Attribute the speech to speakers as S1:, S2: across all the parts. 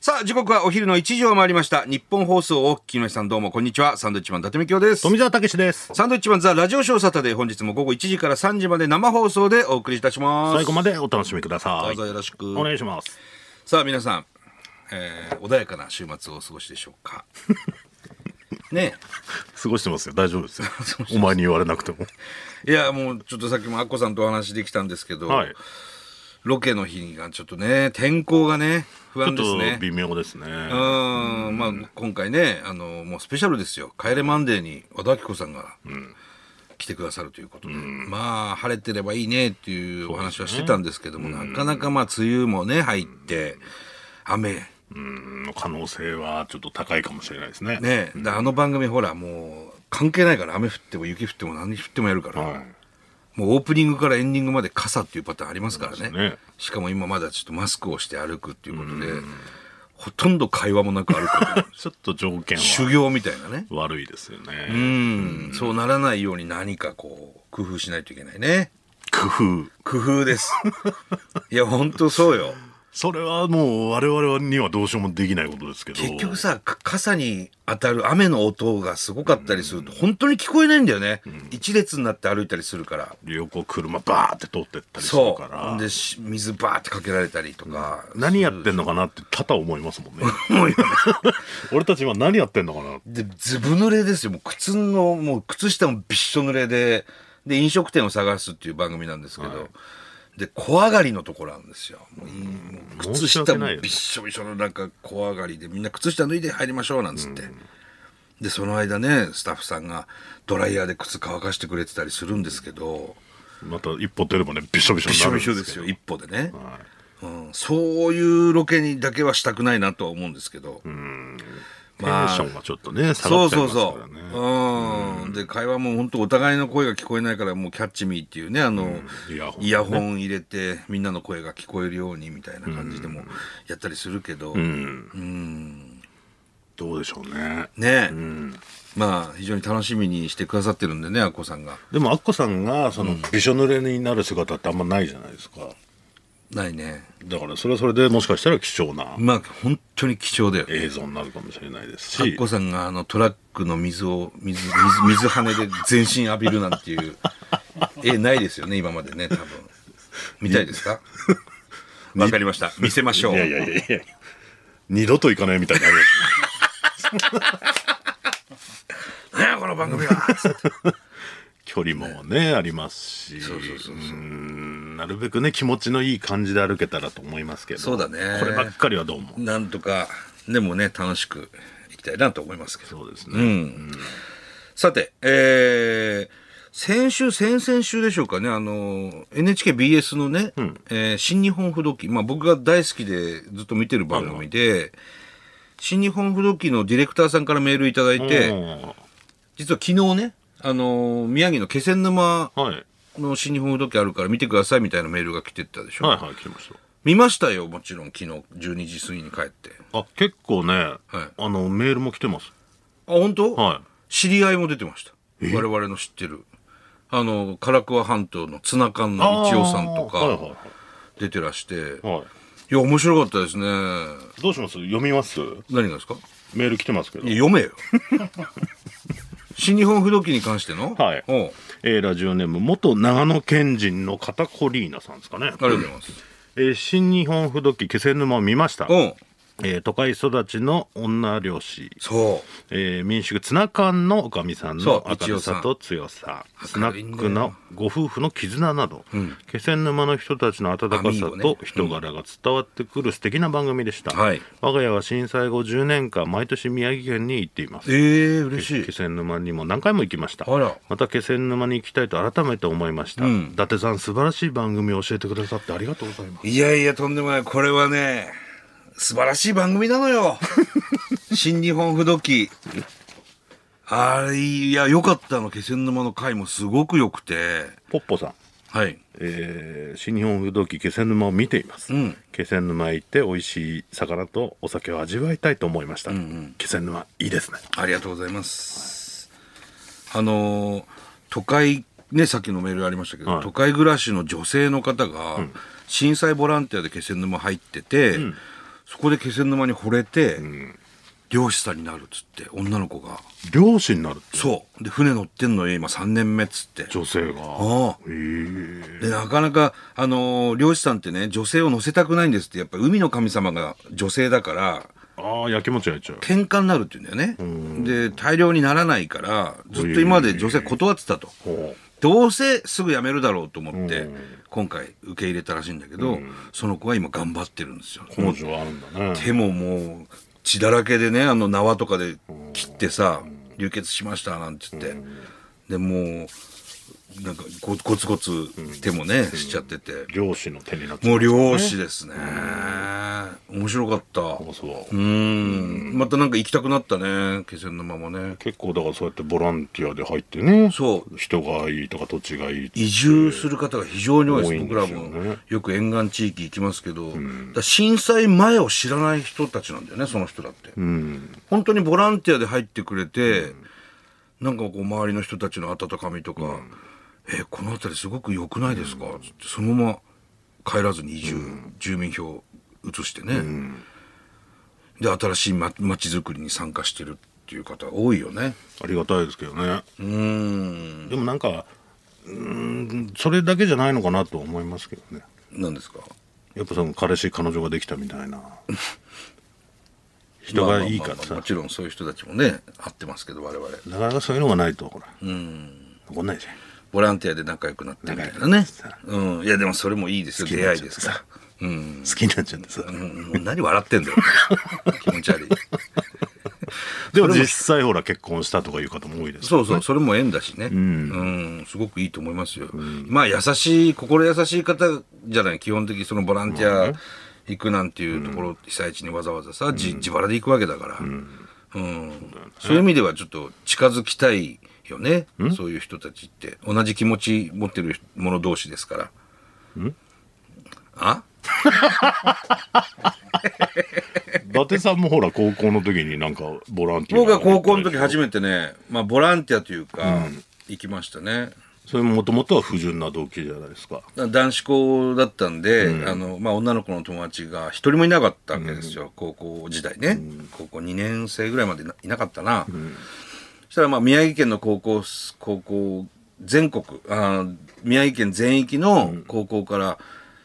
S1: さあ、時刻はお昼の1時を回りました。日本放送をお聞きの皆さんどうもこんにちは。サンドウィッチマン伊達美京です。
S2: 澤たけしです。
S1: サンドウィッチマンザラジオショーサタデー本日も午後1時から3時まで生放送でお送りいたします。
S2: 最後までお楽しみくださ
S1: どう
S2: い
S1: ぞ。よろしく。
S2: お願いします。
S1: さあ皆さん、えー穏やかな週末をお過ごしでしょうか。 ね
S2: 過ごしてますよ。大丈夫 ですよ。お前に言われなくても。
S1: えいやもうちょっとさっきもアッコさんとお話できたんですけど、
S2: はい。
S1: ロケの日がちょっとね天候がね不
S2: ちょ
S1: 安
S2: っ
S1: です
S2: と
S1: ね。
S2: 微妙ですね。
S1: うーんまあ今回ねあのもうスペシャルですよ「帰れマンデー」に和田アキ子さんが来てくださるということで、まあ晴れてればいいねっていうお話はしてたんですけども、なかなかまあ梅雨もね入って雨
S2: うん、可能性はちょっと高いかもしれないですね。
S1: ねであの番組ほらもう関係ないから雨降っても雪降っても何降ってもやるから、
S2: はい。
S1: もうオープニングからエンディングまで傘っていうパターンありますからね
S2: そうですね
S1: しかも今まだちょっとマスクをして歩くっていうことで、ほとんど会話もなく歩 く
S2: ちょっと条件は
S1: 修行みたいなね
S2: 悪いですよ
S1: う
S2: ね。
S1: ん、そうならないように何かこう工夫しないといけないね
S2: 工夫。
S1: 工夫です いや本当そうよ
S2: それはもう我々にはどうしようもできないことですけど。
S1: 結局さか傘に当たる雨の音がすごかったりすると本当に聞こえないんだよね、一列になって歩いたりするから
S2: 横車バーって通ってったりする
S1: そ
S2: から
S1: う。でし水バーってかけられたりとか、
S2: 何やってんのかなって多々思いますも んね。
S1: もうよね
S2: 俺たち今何やってんのかな
S1: でずぶ濡れですよもう靴のもう靴下もびっしょ濡れでで飲食店を探すっていう番組なんですけど、で小上がりのところなんですよもういいもう靴
S2: 申し
S1: 下
S2: 訳
S1: も
S2: ないよね
S1: びっしょびしょのなんか小上がりでみんな靴下脱いで入りましょうなんつって、でその間ねスタッフさんがドライヤーで靴乾かしてくれてたりするんですけど
S2: また一歩出ればね、びしょびしょ
S1: び
S2: に
S1: し
S2: な
S1: ょ
S2: るん
S1: びしょ
S2: けど
S1: ですよ一歩でね、
S2: はい
S1: うん、そういうロケにだけはしたくないなとは思うんですけど、
S2: テンションがちょっとね、下が
S1: そう
S2: っちゃい
S1: そう
S2: ます
S1: そ
S2: からね。
S1: う。うん。で、会話も本当お互いの声が聞こえないから、もうキャッチミーっていうね、あの、
S2: イヤホンね
S1: イヤホン入れて、みんなの声が聞こえるようにみたいな感じでもやったりするけど、
S2: うん。どうでしょうね。
S1: ね
S2: うん。
S1: まあ、非常に楽しみにしてくださってるんでね、アッコさんが。
S2: でも、アッコさんが、その、びしょ濡れになる姿ってあんまないじゃないですか。
S1: ないね。
S2: だから、それはそれでもしかしたら貴重な
S1: まあ、本当に貴重だよ。
S2: 映像になるかもしれないです
S1: アッ
S2: し
S1: コ、さんがあのトラックの水を、水、水、水跳ねで全身浴びるなんて いう、え、ないですよね、今までね、多分。見たいですかわかりました。見せましょう。
S2: いやいやいやいや、二度と行かないみたいになるや
S1: 何やこの番組は
S2: つ 距離もね、ありますし、
S1: うそうそうそう
S2: うんなるべくね、気持ちのいい感じで歩けたらと思いますけど、
S1: そうだね
S2: こればっかりはどうも。
S1: なんとかでもね楽しくいきたいなと思いますけど
S2: そうです
S1: う
S2: ね。
S1: ん、さてえー先週、先々週でしょうかね、あの、NHKBS のね、えー新日本不動記、まあ僕が大好きでずっと見てる番組で、新日本不動記のディレクターさんからメールいただいて、
S2: うん
S1: 実は昨日ね、あの、宮城の気仙沼
S2: はい。
S1: の新日本不動記あるから見てくださいみたいなメールが来てったでしょ。
S2: はいはい、来ました。
S1: 見ましたよ、もちろん昨日12時過ぎに帰って。
S2: あ結構ね、
S1: い
S2: あのメールも来てます
S1: あ本当、
S2: は
S1: 知り合いも出てました我々の知ってるあの唐桑半島のツナ缶
S2: い
S1: の一応さんと
S2: はいは
S1: か出てらして、い
S2: いはい、は
S1: や面白かったですね
S2: い、どうします読みます
S1: 何がですか
S2: メール来てますけど
S1: いや読めよ 新日本不動機に関しての
S2: はい
S1: おう
S2: えーラジオネーム元長野県人の片コリーナさんですかね
S1: ありがとうございます
S2: えー新日本不動機気仙沼を見ました、
S1: おう
S2: えー都会育ちの女漁師、
S1: そ
S2: えー民宿ツナ缶のおかみさんの
S1: そう
S2: 明るさと強さスナ
S1: 明るいんだよ
S2: ックのご夫婦の絆など、気仙沼の人たちの温か
S1: 網
S2: さ
S1: をね
S2: と人柄が伝わってくる素敵な番組でした、
S1: うんはい
S2: 我が家は震災後10年間毎年宮城県に行っていま
S1: う
S2: す
S1: ええー、嬉しい
S2: 気仙沼にも何回も行きました
S1: あら
S2: また気仙沼に行きたいと改めて思いました、
S1: ん
S2: 伊達さん素晴らしい番組を教えてくださってありがとうございます
S1: いやいやとんでもないこれはね素晴らしい番組なの よ新日本不動機あれいや良かったの気仙沼の回もすごく良くて
S2: ポッポさん
S1: はい
S2: えー新日本不動機気仙沼を見ています、
S1: うん
S2: 気仙沼へ行って美味しい魚とお酒を味わいたいと思いました、気仙沼いいですね
S1: ありがとうございますあのー都会ねさっきのメールありましたけど、
S2: はい
S1: 都会暮らしの女性の方が震災ボランティアで気仙沼入ってて、そこで気仙沼に惚れて、漁師さんになるっつって女の子が
S2: 漁師になるって
S1: そうで船乗ってんのよ今3年目っつって
S2: 女性が
S1: ああ
S2: ええ
S1: でなかなか、あのー漁師さんってね女性を乗せたくないんですってやっぱり海の神様が女性だから
S2: ああやきもち焼いちゃう
S1: 喧嘩になるって言うんだよねで大量にならないからずっと今まで女性断ってたと、
S2: ほ
S1: どうせすぐ辞めるだろうと思って今回受け入れたらしいんだけど、その子は今頑張ってるんですよ
S2: う彼女はあるんだね
S1: 手ももう血だらけでねあの縄とかで切ってさ流血しましたなんて言ってでもうなんかゴゴツゴツ手もねしちゃってて
S2: 漁師の手になっちゃ
S1: も
S2: う
S1: う漁師ですね面白かったう
S2: そう
S1: ーんまたなんか行きたくなったね気仙沼もね
S2: 結構だからそうやってボランティアで入ってね
S1: そう
S2: 人がいいとか土地がいいって
S1: 移住する方が非常に多いです、
S2: 多いん
S1: 僕
S2: ですよ
S1: ら
S2: ね
S1: もよく沿岸地域行きますけど、だから震災前を知らない人たちなんだよねその人だって、
S2: うん
S1: 本当にボランティアで入ってくれて、なんかこう周りの人たちの温かみとか「えこの辺りすごく良くないですか?」つってそのまま帰らずに移住、住民票移してね、で新しいま町づくりに参加してるっていう方多いよね
S2: ありがたいですけどね
S1: うーん
S2: でもなんかうーんそれだけじゃないのかなと思いますけどね
S1: 何ですか
S2: やっぱその彼氏彼女ができたみた いな人がいいから
S1: まあまあまあまあ
S2: さ
S1: もちろんそういう人たちもね会ってますけど我々
S2: なかなかそういうのがないとほら残んないじゃん
S1: ボランティアで仲良くなってみたいなね、うん、いやでもそれもいいですよ出会いですからうん
S2: 好きになっちゃってさ、
S1: うん何笑ってんだよ気持ち悪い
S2: でも実際ほら結婚したとかいう方も多いです
S1: そうそうそれも縁だしねうん、すごくいいと思いますよ、まあ優しい心優しい方じゃない基本的にそのボランティア行くなんていうところ、被災地にわざわざさ、じ自腹で行くわけだから、うんそういう意味ではちょっと近づきたいよね、そういう人たちって同じ気持ち持ってる者同士ですから、あ
S2: 伊達さんもほら高校の時になんかボランティア
S1: 僕は高校の時初
S2: め
S1: めてね、まあ、ボランティアというか、行きましたね
S2: それももともとは不純な動機じゃないですか
S1: 男子校だったんで、あのまあ、女の子の友達が一人もいなかったわけですよ、高校時代ね、高校2年生ぐらいまでないなかったな、そしたらまあ宮城県の高校高校全国あー宮城県全域の高校から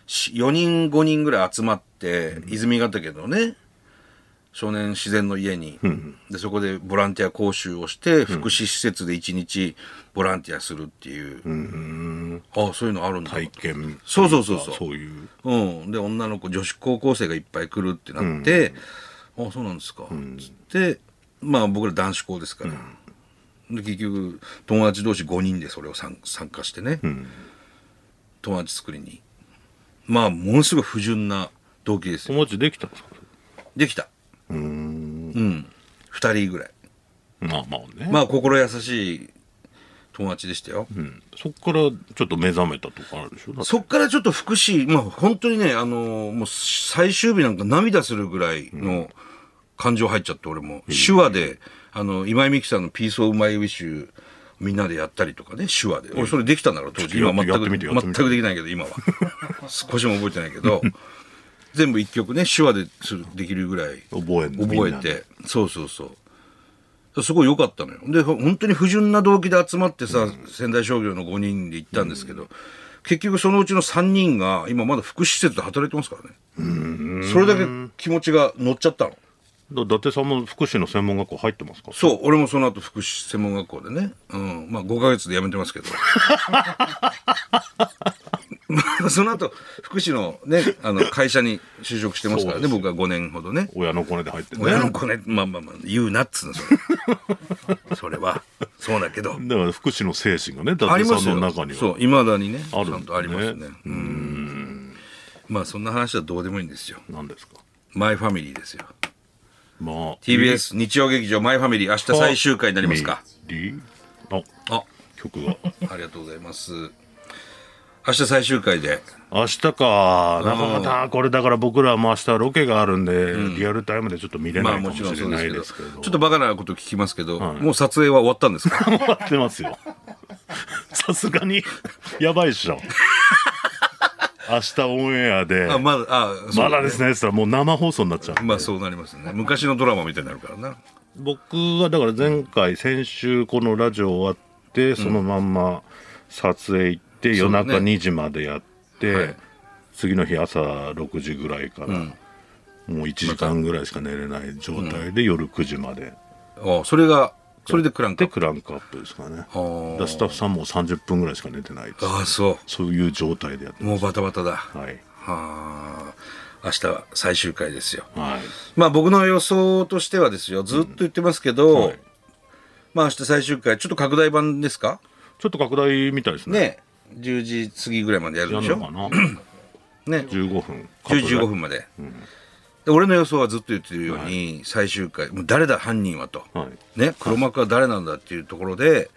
S1: 4人5人ぐらい集まって、泉ヶ岳のね少年自然の家に、でそこでボランティア講習をして福祉施設で1日ボランティアするっていう、ああそういうのあるんだ
S2: 体験
S1: そうそうそうそう
S2: そういう
S1: うん、で女の子女子高校生がいっぱい来るってなって「あそうなんですか」つってまあ僕ら男子校ですから、で結局友達同士5人でそれを参参加してね、友達作りにまあものすごい不純な動機ですよ
S2: 友達できたんですか
S1: できた
S2: うーん
S1: うん2人ぐらい
S2: まあまあね、
S1: まあ心優しい友達でしたよ、
S2: うん、そこからちょっと目覚めたとかあるでしょだって
S1: そっからちょっと福祉、まあ本当にね、あのーもう最終日なんか涙するぐらいの感情入っちゃって、俺も。手話で、あの、今井美樹さんのピースオブマイウィッシュ、みんなでやったりとかね、手話で。俺それできたんだろう、当時。
S2: ちょ
S1: 今
S2: っとや
S1: 全
S2: って
S1: く、
S2: やってみてやって
S1: 全
S2: みて
S1: くできないけど、 今は。少しも覚えてないけど、全部一曲ね、手話でする、できるぐらい
S2: 覚えん
S1: 覚
S2: のみん
S1: え
S2: なで
S1: てそうそうそうすごい良かったのよでほ本当に不純な動機で集まってさ、仙台商業の5人で行ったんですけど、結局そのうちの3人が今まだ福祉施設で働いてますからねそれだけ気持ちが乗っちゃったの
S2: だ伊達さんも福祉の専門学校入ってますか
S1: そう俺もその後福祉専門学校でね、うん、まあ5ヶ月で辞めてますけどまあその後福祉のねあの会社に就職してますからね僕は5年ほどね
S2: 親のコネで入ってね
S1: 親の子ね、まあまあまあ、言うなっつうの、そ れ。それは、そうだけど。
S2: だから福祉の精神がね伊
S1: あ
S2: 達
S1: りま
S2: さん
S1: すよ
S2: の中には
S1: そう、いまだにね、
S2: あ
S1: ち
S2: るんだ
S1: ゃ
S2: ね
S1: んとありますね。うん。まあ、そんな話はどうでもいいんですよ。
S2: 何ですか
S1: マイファミリーですよ。
S2: まあ
S1: TBS 日曜劇場マイファミリー、明日最終回になりますか。
S2: リあ
S1: あ、
S2: 曲が
S1: ありがとうございます。明日最終回で、
S2: 明日かなかなかこれだから僕らも明日ロケがあるんで、リアルタイムでちょっと見れ
S1: ま
S2: な
S1: あ
S2: いか
S1: も
S2: も
S1: ち
S2: し
S1: ろんそ
S2: れ
S1: うで
S2: ないですす
S1: け
S2: け
S1: ど、
S2: ど
S1: ちょっとバカなこと聞きますけど、
S2: はい
S1: もう撮影は終わったんですか
S2: 待ってますよさすがにやばいっしょ明日オンエアで、
S1: あ、まだ、あ、そう
S2: まだですね、つったらもう生放送になっちゃう。
S1: まあそうなりますね。昔のドラマみたいになるからな。
S2: 僕はだから前回、先週このラジオ終わって、そのまんま撮影行って、
S1: そう
S2: 夜
S1: だね
S2: 中2時までやって、
S1: はい
S2: 次の日朝6時ぐらいから、もう1時間ぐらいしか寝れない状態で夜9時まで。
S1: あそれが、それでクランクア
S2: で、
S1: ップ。
S2: クランクアップですかね。だか
S1: あ
S2: らスタッフさんも30分ぐらいしか寝てないです
S1: ああ、そ
S2: そういう状態でやって
S1: う。もうバタバタだ。は
S2: はい。
S1: あ。明日は最終回ですよ。
S2: はい。
S1: まあ僕の予想としてはですよ、ずっと言ってますけど、
S2: はい
S1: まあ明日最終回、ちょっと拡大版ですか
S2: ちょっと拡大みたいですね。
S1: ね10時過ぎぐらいまでやる
S2: や
S1: で
S2: る
S1: し
S2: のか
S1: ょ
S2: な
S1: ね
S2: ?15 分。
S1: 10時15分まで。で俺の予想はずっと言ってるように、最終回、もう誰だ犯人はと。
S2: はい。
S1: ね、黒幕は誰なんだっていうところで、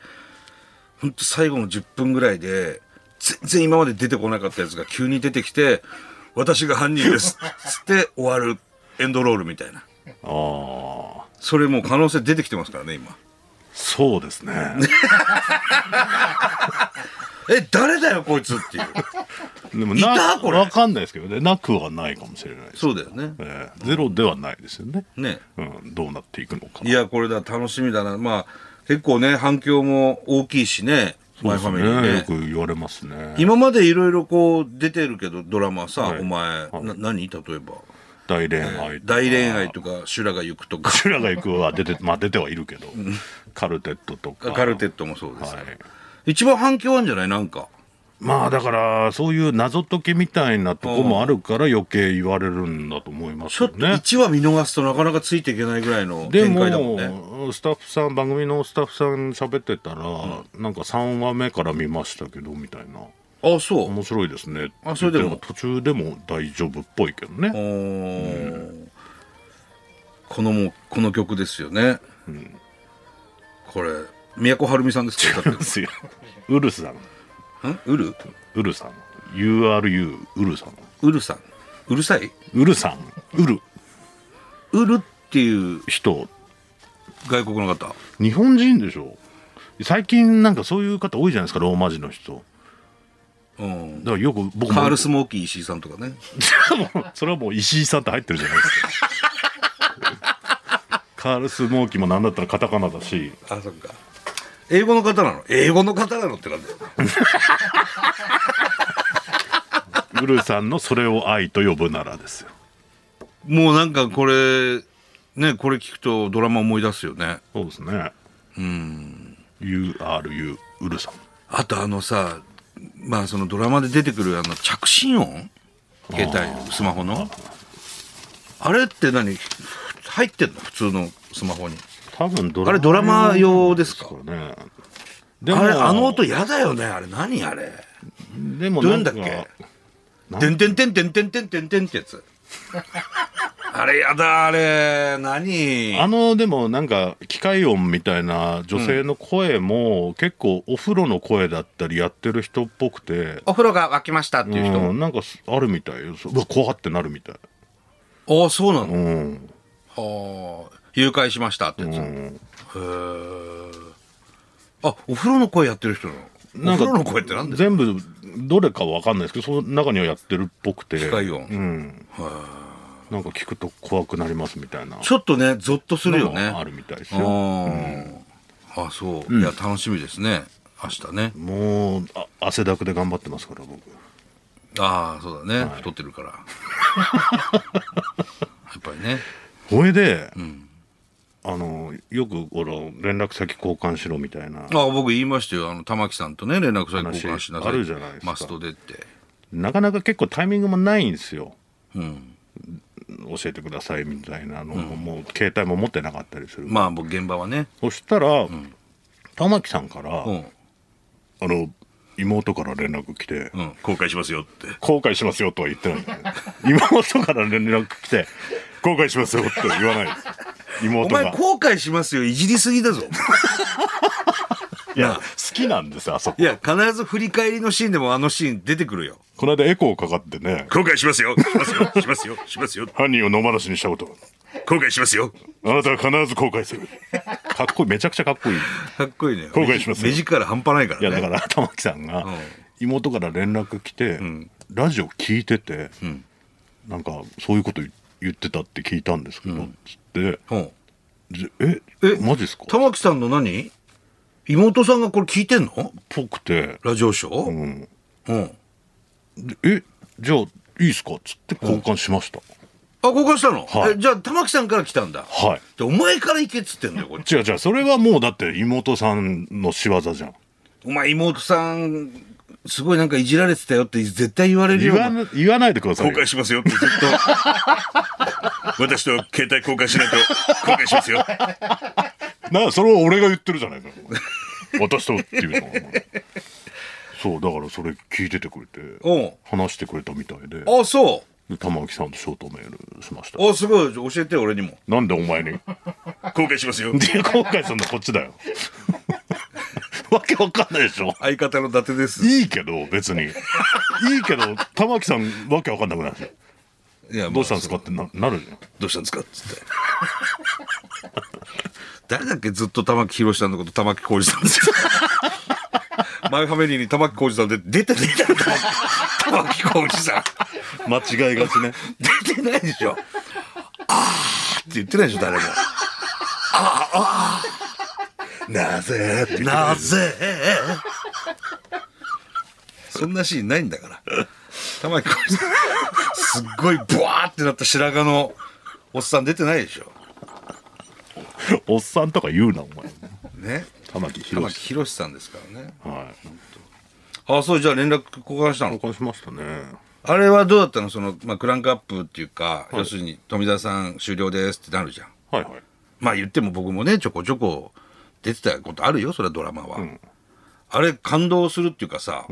S1: ほんと最後の10分ぐらいで、全然今まで出てこなかったやつが急に出てきて、私が犯人ですっつって終わるエンドロールみたいな。
S2: ああ、
S1: それもう可能性出てきてますからね、今。
S2: そうですね。
S1: え、誰だよ、こいつっていう。
S2: でも
S1: いた
S2: な、
S1: これ
S2: わかんないですけどね。なくはないかもしれないです。
S1: そうだよね。
S2: ええゼロではないですよね。
S1: ね。
S2: うん、どうなっていくのか
S1: い
S2: な。
S1: や、これだ、楽しみだな。まあ、結構ね、反響も大きいしね、マイファミリー
S2: ね
S1: ね。
S2: よく言われますね。
S1: 今までいろいろこう出てるけど、ドラマさ、
S2: はい
S1: お前、
S2: はい
S1: な何例えば。
S2: 大恋愛とか。
S1: 大恋愛とか、修羅が行くとか、
S2: 修羅が行くは出て、まあ出てはいるけど、カルテットとか。
S1: カルテッ
S2: ト。
S1: トもそうです、
S2: はい。
S1: 一番反響あるんじゃないなんか。
S2: まあだから、そういう謎解きみたいなとこもあるから余計言われるんだと思います
S1: ちょ
S2: よ
S1: っと
S2: ね。
S1: 1話見逃すとなかなかついていけないぐらいの
S2: で
S1: 展
S2: も
S1: 開だもんね。
S2: スタッフさん番組のスタッフさん喋ってたら、なんか3話目から見ましたけどみたいな
S1: あ、そう。
S2: 面白いですねって言
S1: あ
S2: っ
S1: それで
S2: て
S1: も
S2: も途中でも大丈夫っぽいけど
S1: お
S2: ね
S1: ーこのもう、この曲ですよね。これ、宮古春美さんですか歌ってる
S2: ですよウルさん
S1: んウル
S2: ウルさん URU ウルさん
S1: ウルさん。うるさい
S2: ウルさんウル
S1: ウルっていう
S2: 人
S1: 外国の方。
S2: 日本人でしょ最近なんかそういう方多いじゃないですかローマ字の人
S1: うん。
S2: だからよく僕も
S1: カール・スモーキー石井さんとかね。
S2: それはもう石井さんって入ってるじゃないですか。カールスモーキーも何だったらカタカナだし、
S1: あ、そっか。英語の方なの英語の方なのってなんだよ。
S2: ウルさんのそれを愛と呼ぶならですよ。
S1: もうなんかこれ、ね、これ聞くとドラマ思い出すよね。
S2: そうですね。うん。URU、ウルさん。
S1: あとあのさ、まあそのドラマで出てくるあの着信音携帯、スマホの。あれって何入ってんの普通のスマホに。
S2: 多分ドラ
S1: あれドラマ用ですか
S2: からね。で
S1: あれ、あの音嫌だよね。あれ何あれ。
S2: でも
S1: どうい
S2: な
S1: うん
S2: ん
S1: だ
S2: か
S1: っけてんてんてんてんてんてんてんてんってやつ。あれやだ、あれ。何
S2: あのでもなんか機械音みたいな女性の声も結構お風呂の声だったりやってる人っぽくて、
S1: お風呂が沸きましたっていう人
S2: うん、なんかすあるみたいよそううわ怖ってなるみたい
S1: ああ、そうなの、
S2: うん
S1: はあ。誘拐しましたってやつ。
S2: う
S1: へえ。
S2: ん、
S1: あ、お風呂の声やってる人なの
S2: な
S1: お
S2: んか
S1: 風呂の声ってなんで
S2: 全部どれかわかんないですけどその中にはやってるっぽくて機
S1: 械音
S2: うん、なんか聞くと怖くなりますみたいな
S1: ちょっとね、ゾッとするよ
S2: のも
S1: ね。
S2: あるみたいです
S1: あ
S2: よ
S1: ーあ、そう。いや、楽しみですね。明日ね。
S2: もうあ汗だくで頑張ってますから僕
S1: ああ、そうだね。太ってるから。や っぱりね。
S2: ほいで、あのよくこの連絡先交換しろみたいな
S1: あ僕言いましたよ。あの、玉木さんとね、連絡先交換しなさい。
S2: 話あるじゃないですか
S1: マストでって。
S2: なかなか結構タイミングもないんですよ
S1: うん。
S2: 教えてくださいみたいなのも、もう携帯も持ってなかったりする、
S1: まあ、僕、現場はね。
S2: そしたら、玉木さんから、
S1: うん。
S2: あの妹から連絡来て、
S1: うん。後悔しますよって。
S2: 後悔しますよとは言ってないんだよね、妹から連絡来て後悔しますよとは言わないです
S1: お
S2: 妹
S1: 前
S2: が
S1: 後悔しますよ。いじりすぎだぞ。
S2: いや好きなんですよあそこ
S1: いや、必ず振り返りのシーンでもあのシーン出てくるよ。
S2: この間エコーかかってね
S1: 後悔しますよ。しますよ。しますよ。しますよ。
S2: 犯人を野放しにしたこと
S1: 後悔しますよ。
S2: あなたは必ず後悔するかっこいいめちゃくちゃかっこいい
S1: かっこいいね。
S2: 後悔しますよ
S1: 目力半端ないか
S2: いや
S1: ら
S2: だか
S1: ね。
S2: ら玉木さんが
S1: うん
S2: 妹から連絡来て、ラジオ聞いてて、なんかそういうこと言言ってたって聞いたんですけど、つって
S1: ほう
S2: じえ
S1: え
S2: マジっすか
S1: 玉木さんの何妹さんがこれ聞いてんの
S2: ぽくて、
S1: ラジオショ
S2: う
S1: ー、
S2: ん、
S1: うん
S2: でえじゃあいいっすかっつって交換しました、
S1: あ交換したの、
S2: はい
S1: えじゃあ玉木さんから来たんだ
S2: はい
S1: でお前から行けっつってんだよこっち
S2: 違う違うそれはもうだって妹さんの仕業じゃん
S1: お前妹さんすごいなんかいじられてたよって絶対言われる
S2: 言
S1: よう
S2: わ
S1: な
S2: な言わないでくださいよ
S1: 交換しますよってずっと 私と携帯交換しないと交換しますよ
S2: なそれは俺が言ってるじゃないかよ私とっていうのはそうだからそれ聞いててくれて
S1: お
S2: 話してくれたみたいで
S1: うんあそう
S2: で玉置さんとショートメールしました
S1: あすごい教えてよ俺にも
S2: なんでお前に
S1: 交換しますよ
S2: で後悔するのこっちだよわけわかんないでしょ
S1: 相方の伊達です
S2: いいけど別にいいけど玉置さんわけわかんなくなるじゃん
S1: いや
S2: どうしたんですかってななるじゃん
S1: どうしたんですかっつって。誰だっけずっと玉木宏さんのこと玉木浩二さんです よ。マイファミリーに玉木浩二さんで出てないじゃん玉木浩二さん。
S2: 間違いがち ね
S1: 出てないでしょ。あーって言ってないでしょ、誰も。あー、あー。なぜってなぜそんなシーンないんだから。玉木浩二さん、すっごいブワーってなった白髪のおっさん出てないでしょ。
S2: おっさんとか言うなお前
S1: ね。
S2: 玉置
S1: 玉木
S2: 宏
S1: 宏さんですからね。
S2: はい
S1: あそう、じゃあ連絡交換したの
S2: 交換しましたね
S1: あれはどうだったのその、まあ、クランクアップっていうか、要するに、富田さん終了ですってなるじゃん。
S2: はいはい
S1: まあ言っても僕もね、ちょこちょこ出てたことあるよ、それはドラマは。
S2: ん
S1: あれ、感動するっていうかさ、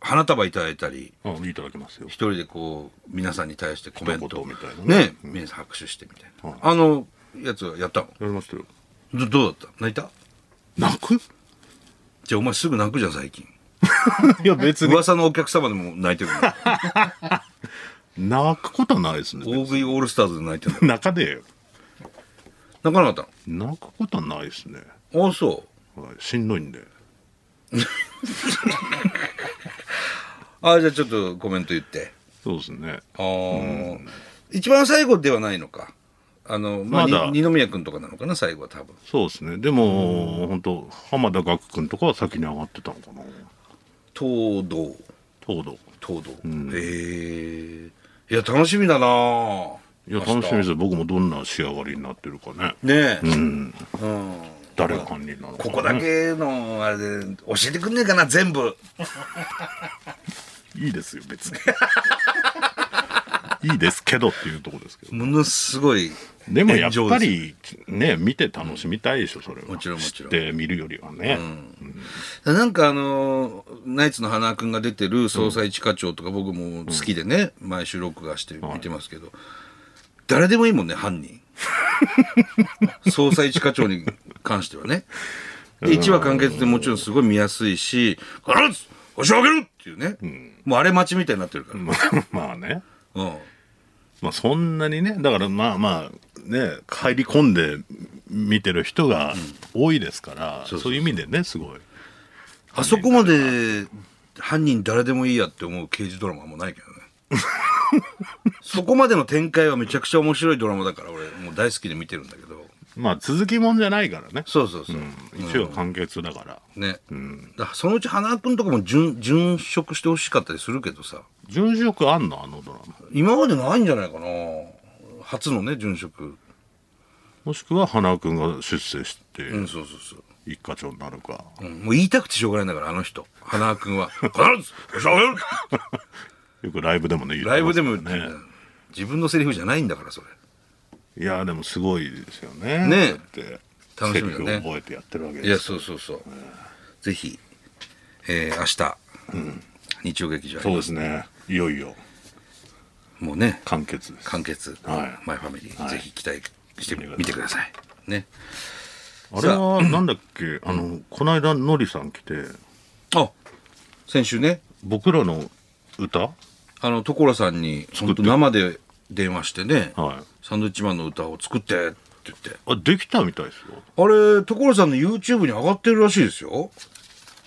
S1: 花束いただいたり、
S2: あいただきますよ
S1: 一人でこう、皆さんに対してコメント
S2: 一言みたいなね
S1: ね。皆さん拍手してみたいな。あの、やつはやったの
S2: やりましたよ
S1: どどうだった泣いた
S2: 泣 く
S1: じゃあお前すぐ泣くじゃん、最近。
S2: いや別に
S1: 噂のお客様でも泣いて るから。
S2: 泣くことはないですね
S1: 大食いオールスターズで泣いてるの。
S2: 泣かねえよ
S1: 泣かなかったの
S2: 泣くことはないですね、
S1: あそう
S2: はい、しんどいんで
S1: あじゃあちょっとコメント言って
S2: そうですね
S1: ああ、一番最後ではないのかあの、まあ、
S2: まだ
S1: に二宮君とかなのかな最後は多分
S2: そうですねでも本当浜田岳君とかは先に上がってたのかな
S1: 東堂
S2: 東堂
S1: 東堂、へえいや楽しみだなあ
S2: いや楽しみですよ僕もどんな仕上がりになってるかね
S1: ねえ、
S2: うん
S1: うん
S2: 誰が管理なのか、ね、
S1: ここだけのあれで教えてくんねえかな全部
S2: いいですよ別に いいですけどっていうところですけど
S1: ものすごい
S2: でもやっぱ
S1: 炎上です
S2: りね見て楽しみたいでしょそれは
S1: もちろんもちろん
S2: 知って見るよりはね、
S1: なんかあのナイツの花君が出てる捜査一課長とか僕も好きでね、毎週録画して見てますけど、誰でもいいもんね犯 人捜査一課長に関してはねで1話完結でもちろんすごい見やすいし必ず押し上げるっていうね、もうあれ待ちみたいになってるから、
S2: ま まあね
S1: うん
S2: まあそんなにねだからまあまあね入り込んで見てる人が多いですから、そういう意味でねすごい
S1: あそこまで犯人誰でもいいやって思う刑事ドラマはもうないけどね そこまでの展開はめちゃくちゃ面白いドラマだから俺もう大好きで見てるんだけど
S2: まあ続きもんじゃないからね、
S1: そうそうそう、
S2: うん、一応完結だから、
S1: ね、だからそのうち花君とかも殉殉職してほしかったりするけどさ
S2: 順序よくあんのあのドラマ
S1: 今までないんじゃないかな初のね殉職
S2: もしくは花輪君が出世して
S1: うんそうそうそう、
S2: 一課長になるか、
S1: うんもう言いたくてしょうがないんだからあの人花君 は必ずしゃべる
S2: よくライブでもね言ってま
S1: ライブ
S2: す
S1: で
S2: か
S1: も、
S2: らね
S1: 自分のセリフじゃないんだからそれ
S2: いやでもすごいですよね
S1: ねえ
S2: だって
S1: 楽しみだね
S2: セリフを覚えてやってるわけ
S1: いや
S2: です
S1: そうそうそう、ぜひ、えー、明日、日曜劇場あり
S2: そう
S1: ま
S2: ですすねいよいよ
S1: もうね
S2: 完結です
S1: 完結、
S2: はい
S1: マイファミリー、
S2: はい
S1: ぜひ期待してみ
S2: 見
S1: 見
S2: て
S1: て
S2: く
S1: くださいね
S2: あれはなんだっけあのこの間のりさん来て
S1: あ先週ね
S2: 僕らの歌
S1: あの所さんに
S2: って
S1: 本当生で電話してね、
S2: はい
S1: サンドウィッチマンの歌を作ってって言って
S2: あできたみたいですよ
S1: あれ所さんの YouTube に上がってるらしいですよ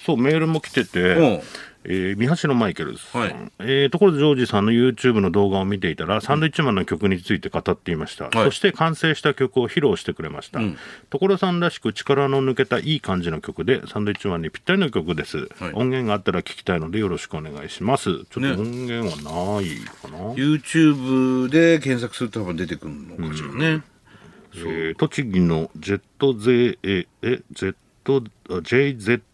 S2: そうメールも来てて、
S1: うん
S2: えー、三橋のマイケルさん、
S1: はい
S2: えーところでジョージさんの YouTube の動画を見ていたらサンドイッチマンの曲について語っていました、そして完成した曲を披露してくれました、所さんらしく力の抜けたいい感じの曲でサンドイッチマンにぴったりの曲です、
S1: はい
S2: 音源があったら聞きたいのでよろしくお願いしますちょっ
S1: ね
S2: と音源はないかな、
S1: YouTube で検索すると多分出てくるのかしらね。
S2: えー栃木の ZZA え Z あ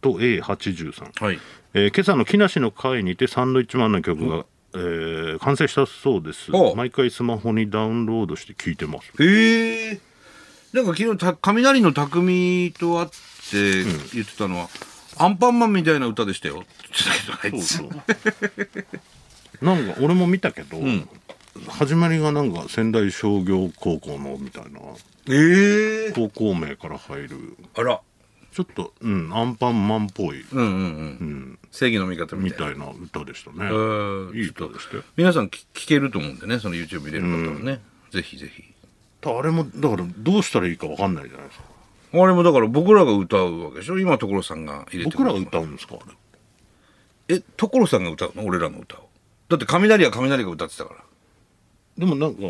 S2: JZA83
S1: はい。
S2: えー今朝の木梨の会にてサンドイッチマンの曲が、えー完成したそうです
S1: お
S2: 毎回スマホにダウンロードして聴いてます
S1: ええなんか昨日た、雷の匠と会って言ってたのは、アンパンマンみたいな歌でしたよ。って言ってたけどあいつ
S2: うなんか俺も見たけど、始まりがなんか仙台商業高校のみたいな
S1: ええ
S2: 高校名から入る
S1: あら。
S2: ちょっとうんアンパンマンっぽい
S1: うんうんうん。正義の味方み
S2: み
S1: たいな。
S2: たいな歌でしたね、
S1: ー
S2: いい歌でしたよ
S1: 皆さんき聞けると思うんでね、その YouTube 入れる方はね。ぜひぜひ。
S2: あれもだからどうしたらいいかわかんないじゃないですか
S1: あれもだから僕らが歌うわけでしょ今、所さんが入れてく
S2: 僕
S1: れ
S2: ら
S1: た
S2: が歌うんですかあれ
S1: え、所さんが歌うの俺らの歌を。だって雷は雷が歌ってたから。
S2: でもなんか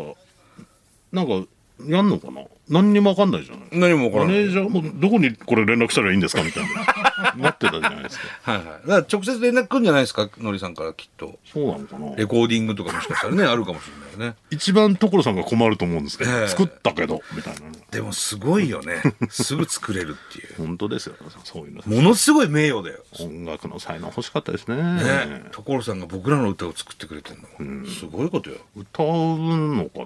S2: なんかやんのかな何にもわかんないじゃない
S1: 何もわから
S2: マ
S1: な
S2: ネ
S1: い。
S2: ージャーもどこにこれ連絡したらいいんですかみたい ななってたじゃないですか
S1: はいはい。だから直接連絡来るんじゃないですかのりさんからきっと。
S2: そうなのかな
S1: レコーディングとかもしかしたらね、あるかもしれないよね。
S2: 一番所さんが困ると思うんですけど、
S1: ええ
S2: 作ったけどみたいな
S1: でもすごいよね。すぐ作れるっていう。
S2: 本当ですよそういうの
S1: ものすごい名誉だよ。
S2: 音楽の才能欲しかったですね
S1: ね、所さんが僕らの歌を作ってくれてるの、すごいことよ。
S2: 歌うのか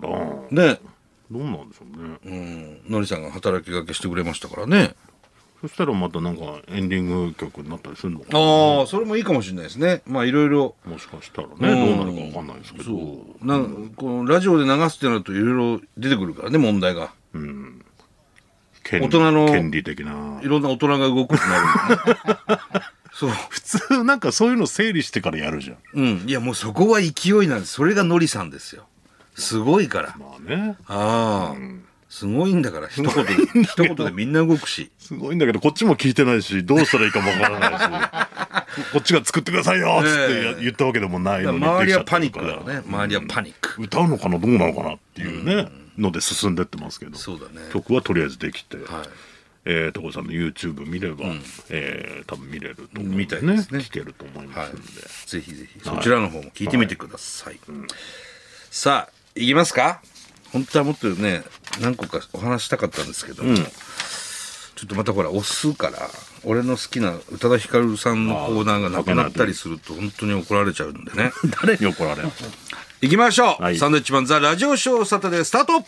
S2: な
S1: ね、
S2: どうなんでしょうね、
S1: うん、のりさんが働きかけしてくれましたからね。
S2: そしたらまたなんかエンディング曲になったりするのかな
S1: ああ、それもいいかもしれないですね。まあいろいろ。
S2: もしかしたらね、
S1: ん
S2: どうなるかわかんないですけど
S1: なんこのラジオで流すってなるといろいろ出てくるからね、問題が。
S2: 権利
S1: 大人の
S2: 権利的ない
S1: ろんな大人が動くってなるんだよね。 そう。
S2: 普通なんかそういうの整理してからやるじゃん
S1: うん。いや、もうそこは勢いなんです。それがのりさんですよ。すごいから。
S2: まあね
S1: ああ、すごいんだから、一言で、一言でみんな動くし。
S2: すごいんだけどこっちも聞いてないしどうしたらいいかもわからないし こっちが作ってくださいよっつってや
S1: ええ
S2: 言ったわけでもないのに
S1: 周りは
S2: できちゃ
S1: パ
S2: って
S1: ニ
S2: る
S1: ッ
S2: か
S1: クだ
S2: ら
S1: よね。周りはパニック。
S2: 歌うのかなどうなのかなっていうね、ので進んでってますけど
S1: そうだね
S2: 曲はとりあえずできて、
S1: はい。
S2: えー、所さんの YouTube 見れば、えー多分見れると思うん
S1: 見たいですね
S2: 聞けると思いますんで、
S1: ぜひぜひ、そちらの方も聞いてみてください。さあ、いきますか本当はもっとね、何個かお話したかったんですけども、ちょっとまたほら、押すから、俺の好きな宇多田ヒカルさんのコーナーがなくなったりすると、本当に怒られちゃうんでね。
S2: 誰に怒られるの
S1: 行きましょう、
S2: はい
S1: サンドウィッチマンザラジオショーサタデースタート